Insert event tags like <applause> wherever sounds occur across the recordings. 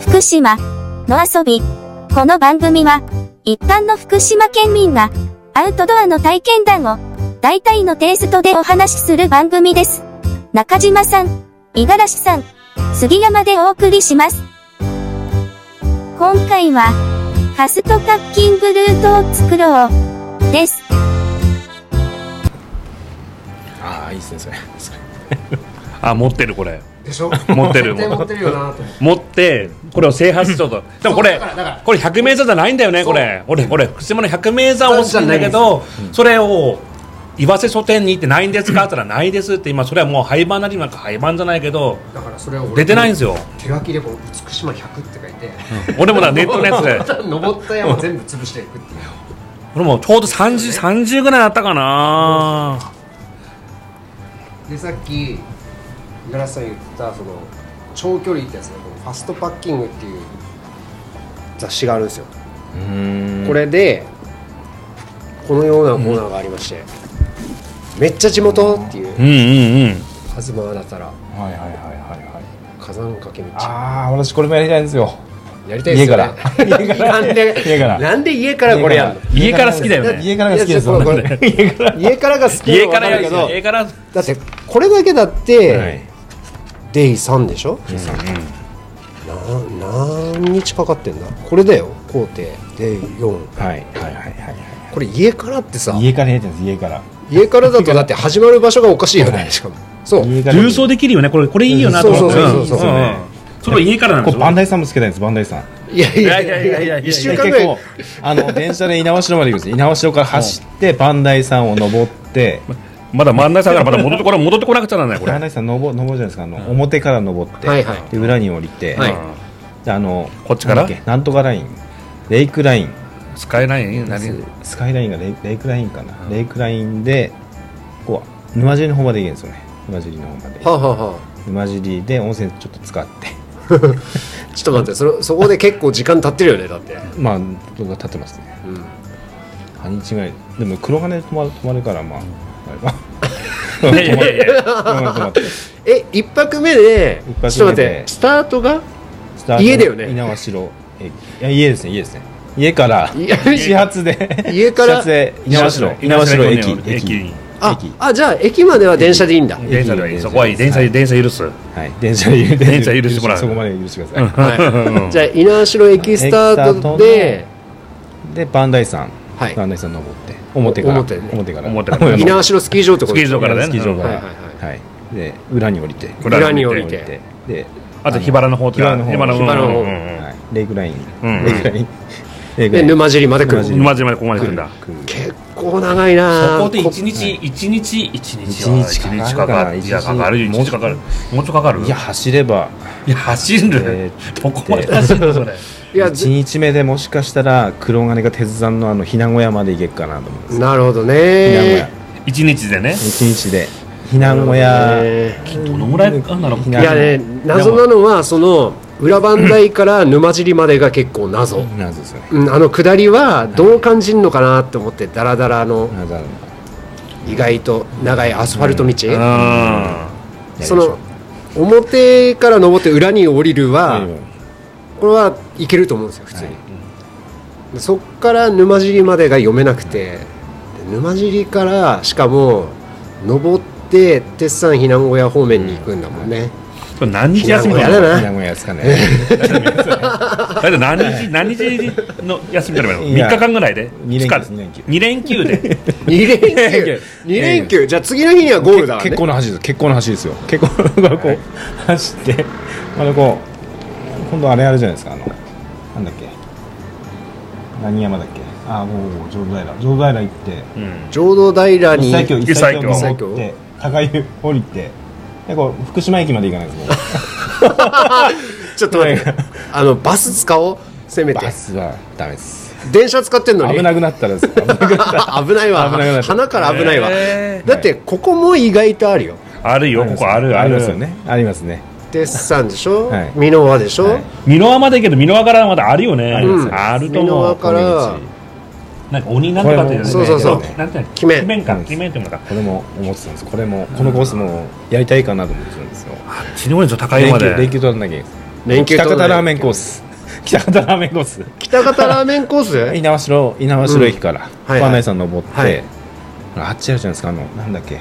福島の遊び。この番組は、一般の福島県民が、アウトドアの体験談を、大体のテイストでお話しする番組です。中島さん、五十嵐さん、杉山でお送りします。今回は、カストカッキングルートを作ろう、です。ああいいですねそれそれ <laughs> あ持ってるこれでしょ <laughs> 持ってる絶対持ってるよなと思って持ってこれを制覇しようとでもこそれうだからだからこれ百名座じゃないんだよねこれ俺俺福島の百名座を欲しいんだけどそれを岩瀬書店に行ってないんですかって言ったらないですって今それはもう廃盤なりなんか廃盤じゃないけどだからそれは俺出てないんですよ手書きでこう「美島100」って書いて俺もだネットのやつ <laughs> で登った山全部潰していくっていう俺もちょうど3030ぐらいだったかなでさっき五十嵐さん言ってたその長距離ってやつねこのファストパッキングっていう雑誌があるんですよこれでこのようなコーナーがありまして、めっちゃ地元っていううんうんうん東だったらはいはいはいはいはい火山かけ道ああ私これもやりたいんですよやりたいですよね家から <laughs> なんで家からなんで家からこれやんの家から好きだよね家からが好きですいやよちょっとこれ家から <laughs> 家からが好き家なのからや分るかるけ家からどだってこれだけだって、はいデイ3でしょ、な何日かかってんだこれだよ工程デイ4はいはいはいこれ家からってさはい家家からやりたいんです家からからだとだって始まる場所がおかしいよね、はいしかもそう家から重装できるよねこれこれいいよなと思ってそうそうそうそううんうんそれは家からなんでこすうよバンダイさんもつけたいんですバンダイさんいやいやいやいやいやいや1週結間ぐらい構あの電車で猪苗代まで行くんです猪苗代から走ってバンダイさんを登ってまだ真ん中だからまだ戻ってこれ戻ってこなくちゃならないこれバン。ダイさん登登るじゃないですかあの表から登ってはいはいで裏に降りてはいであのこっちからなんだけなんとかラインレイクラインスカイライン何スカイラインがレイレイクラインかな、レイクラインでこう沼尻の方まで行けるんですよね沼尻の方まではあ、はあは沼尻で温泉ちょっと使ってあ、ちょっと待ってそれそこで結構時間経ってるよねだって、まあ僕が立ってますねうん、半日ぐらいでも黒金で泊まる泊まるからまああれば <laughs> いやいやい <laughs> や泊まる泊まってえ一泊目で一泊目でちょっと待ってスタートがスタート家だよね猪苗代駅いや家ですね家ですね家から <laughs> いや始発で <laughs> 家から <laughs> 始発で猪苗代稲葉猪苗代駅駅駅駅にあ駅あじゃあ駅までは電車でいいんだ電車ではいいそこはいい電車電車許す。はい電車で電車許してもらうそこまで許してくだ <laughs> さはい、じゃあ猪苗代駅スタートでいでバンダイさんはいバンダイさん登って表から表ね表から表から猪苗代スキー場ってことスキー場からねスキー場かはいらはいはいで裏に降りて裏に降り降りててであと桧原の方とか桧桧原原のの方う桧原の方方んうんはいレイクラインうんレイクラインレイクでライン沼尻まで来沼尻る沼島までここまで来るんだ。結構長いなここで一こ日一日一日一日かかかるかるいやかかる一日かかるもうちょっとかかるいや走ればいや走えるどこまで走るのそれ。いや1ず日目でもしかしたら黒金が鉄山のあの避難小屋まで行けるかなと思うんですなるほど避難小ね屋一日でね。 1日で避難小屋えーどのぐらいかなの。避いやね謎なのはその裏磐台から沼尻までが結構謎、なんですよねうん、あの下りはどう感じるのかなって思ってダラダラのなんだろ意外と長いアスファルト道、うん。うその表から登って裏に降りるは、うんこれはいけると思うんですよ普通に、そっから沼尻までが読めなくてで沼尻からしかも登って鉄山避難小屋方面に行くんだもんね、これ何日避難休み小だ屋ろう。だ避な難小屋ですかね大体何日何日の休み取ればいいいやの3日間ぐらいで二連休です二二連休二連休で2連休 <laughs> 休2連休じゃあ次の日にはゴールだわね結構な走りです結構な走りですよ結構なこう走ってあのこう今度あれあるじゃないですかあのなんだっけ何山だっけああもう浄土平浄土平行ってうん浄土平に一は斉い <laughs> 橋一斉一斉橋橋登って高湯降りてでこう福島駅まで行かないですもう <laughs> ちょっと待ってあのバス使おうせめてバスはダメです電車使ってんのに危なくなったらです危なくなったあ <laughs> 危ないわ危なくなっちゃう鼻から危ないわ、へーだってここも意外とあるよあるよここあるありる <laughs> ますよねありますね鉄山でしょ、はい箕輪でしょ、はい箕輪まで行けど箕輪からまだあるよねありますあると箕思輪うからなんか鬼なんとかっていねそうそうそうなんていうの鬼面鬼面か鬼面ってものかこれも思ってたんですこれもこのコースもやりたいかなと思ってたんですよ死ぬもんですよ高い連ま休で連休取らなきゃいけないです連休北取らな方い <laughs> ラーメンコース北方ラーメンコース北方ラーメンコース猪苗代猪苗代駅からはいはい川内さん登って、はいあっちあるじゃないですかあのなんだっけ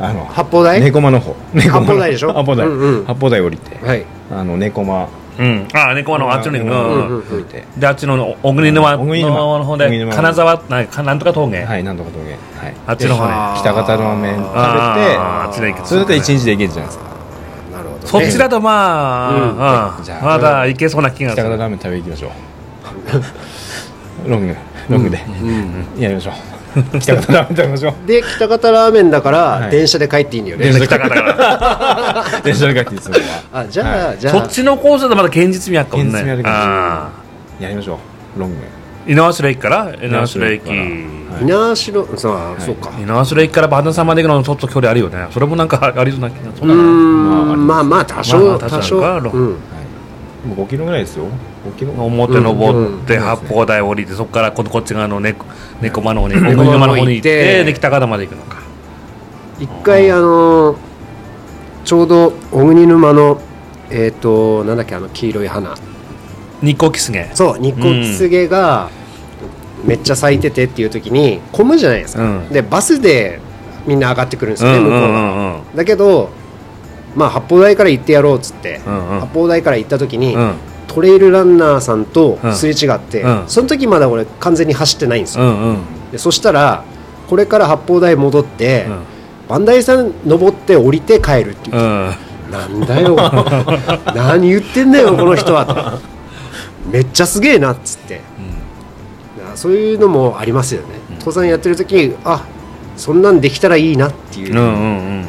あの八方台猫間の方猫間八方台でしょ八方台、うんうん八方台降りて、はいあの猫間うん、ああ、猫のあっちの、うんううんん、降りて、で、あっちの小国沼小国沼の方小国で、沼金沢、なんかなんとか峠、はいなんとか峠はいあっちの方ね。あー北方ラーメン食べてあーあっちで行くそれだったら1日で行けるじゃないですかなるほどねそっちだとまあ、うんああじゃあまだ行けそうな気がす北方る。ラーメン食べ行きましょうロングロングで、やりましょう北方ラーメン食べましょうで北方ラーメンだかはらい電車で帰っていいんだよね、電車北方から。電車で帰っていいですよこれはあじゃあ、は <laughs> いじゃあそっちのコースだとまだ現実味あっかも現実味あねる。かもああやりましょうロング猪苗代駅から猪苗代駅。は猪猪苗代さあ、そうか苗代駅からバンダさんまで行くのもちょっと距離あるよね。それもなんか <laughs> ありそうな気がすうる。ーまあんまあまあ多少、まあまあ多確か少にうんはいもう5キロぐらいですよ5キロ表登ってうん八方台降りてそこからここっち側の猫猫間の方に猫間猫の間の方方に行っに行っててで北方まで行くのか一回あのーちょうど小国沼のえっ、となんだっけあの黄色い花日光キスゲそう日光キスゲがめっちゃ咲いててっていう時に混むじゃないですか、うんでバスでみんな上がってくるんですうよね、んう向こうは、んうんだけどまあ八方台から行ってやろうっつって、うんうん八方台から行った時に、うんトレイルランナーさんとすれ違って、うんその時まだ俺完全に走ってないんですうんよ、うんでそしたらこれから八方台戻って、うんバンダイさん登って降りて帰るっていうう、んなんだよ <laughs> 何言ってんだよこの人はめっちゃすげえなっつって、そういうのもありますよね、登山やってる時にあそんなんできたらいいなっていう、うんうんうんうん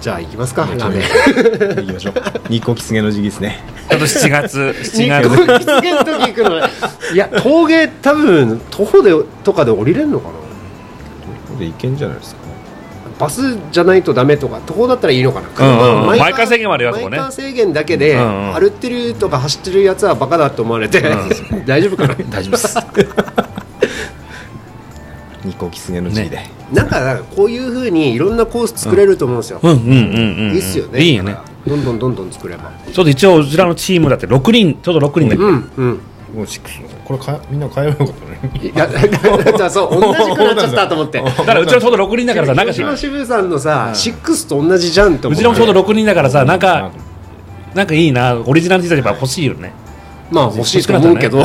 じゃあ行きますかラーメン行きましょう日光キツゲの時期ですねちょっと7月7日月光実現時行くのねいや峠多分徒歩でとかで降りれるのかなここで行けんじゃないですかバスじゃないとダメとか徒歩だったらいいのかな、うんうんマイカーマイカー制限もあるよあそこねマイカー制限だけで、うんうん歩ってるとか走ってるやつはバカだと思われて、 <laughs> 大丈夫かな大丈夫です日光キツゲの時期で、なんかこういうふうにいろんなコース作れると思うんですよ、うんうんうんうんいいっすよねいいよねどんどんどんどん作ればちょっと一応うちらのチームだって6人ちょっと6人だけうどんうんもうシックスこれかみんな変えようかったねい <laughs> や <laughs> じゃあそう同じくなっちゃったと思ってだからうちらちょうど6人だからさなんかし広島支部さんのさ、シックスと同じじゃんとう思っちてらもちょうど6人だからさなんかなんかいいなオリジナル T シャツやっぱ欲しいよねまあ欲しいと思うけど、 <laughs> な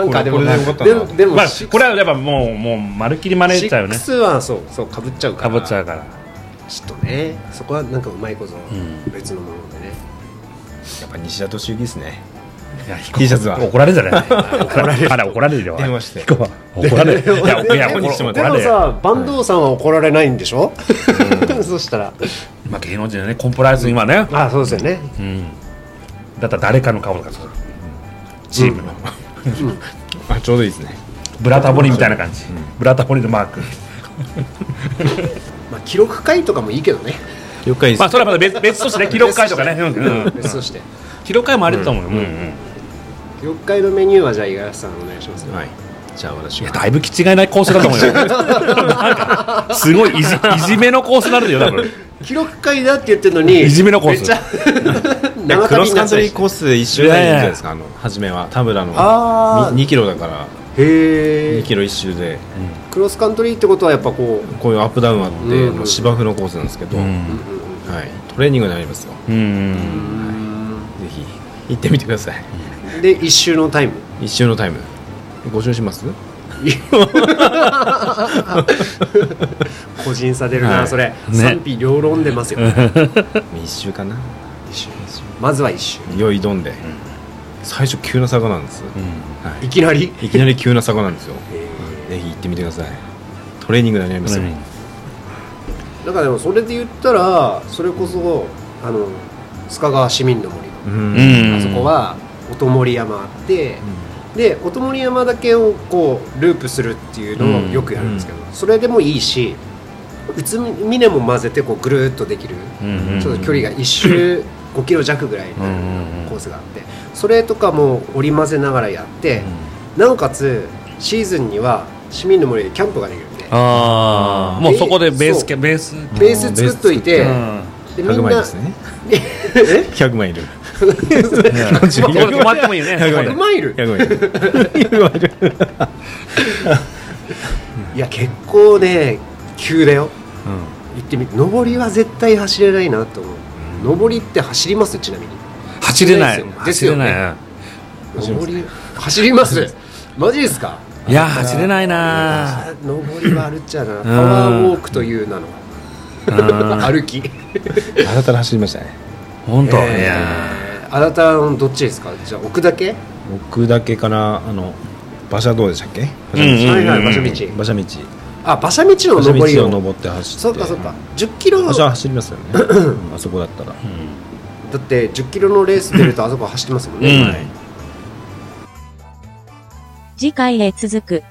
んかでもこれこれでよかったなもでも、まあシックこれはやっぱもうもうまるっきり真似しちゃうよねシックスはそうそうかぶっちゃうかからぶっちゃうからちょっとねそこはなんかうまいこと別のものでね、やっぱ西田敏行ですねいや飛 T シャツは怒られるんじゃない怒られるあら怒られるよ電話して飛行は怒られるいやいやでも怒らでも怒でらもれるよさ坂東さんは怒られないんでしょ、 <laughs> そしたらまあ芸能人だねコンプライアンス今ねあそうですよねうんだったら誰かの顔とかさチームの <laughs> あちょうどいいですねブラタモリみたいな感じブラタモリのマークまあ記録会とかもいいけどね了解です、まあそれはまた別別としてね記録会とかねうんうん別として記録会もあると思うようんうん記録会のメニューはじゃあ五十嵐さんお願いしますよはいじゃあ私いやはだいぶ気違いないコースだと思う <laughs> よなんかすごいいじいじめのコースになるよ多分記録会だって言ってるのにいじめのコースめっちゃいや長クロ旅スになカンっちトゃうリーしコースで一周ぐらいでいいんじゃないですかあの初めは田村のあー 2, キロだから <laughs> へ2えキロ一周でクロスカントリーってことはやっぱこうこういうアップダウンあってうんの芝生のコースなんですけど、はい、トレーニングになりますようんぜひ行ってみてくださいで一周のタイム <laughs> 一周のタイムご周します個人差出るな、はいそれ、ね賛否両論 <laughs> 出ますよ一周かなまずは一周よいどんで、最初急な坂なんです、はいきなりい、いきなり急な坂なんですよ、ぜひ行ってみてくださいトレーニングになりますよ、なんかでもそれで言ったらそれこそあの須賀川市民の森の、うんうんあそこは音森山あって、で音森山だけをこうループするっていうのをよくやるんですけど、それでもいいし宇都宮も混ぜてこうぐるーっとできる、うんうんちょっと距離が一 <laughs> 周5キロ弱ぐらいになるコースがあってそれとかも織り交ぜながらやって、なおかつシーズンには市民の森でキャンプができるんでああもうそこでベースけベースベース作っといて、うんでみ100ん枚なですね <laughs> え100枚いるまあこれ止まってもいいね。 100 100マイル100マイル <laughs> いや結構ね急だよ行ってみて上りは絶対走れないなと思う上りって走りますちなみに走れない。ですよね走れない走ります上り走りますマジですかいや走れないな。あ上りは歩っちゃうなパワーウォークという名のうん歩きうんあなたら走りましたね本当。いえーやあなたのどっちですかじゃあ奥だけ僕だけからあの馬車どうでしたっけうんうんうんはいはい馬車道馬車道あ馬車道の馬車上り道をを登って走ってそうかそうか10キロ馬車だ走りますよねうんあそこだったらって10キロのレース出るとあそこ走ってますもんね、うんはい次回へ続く。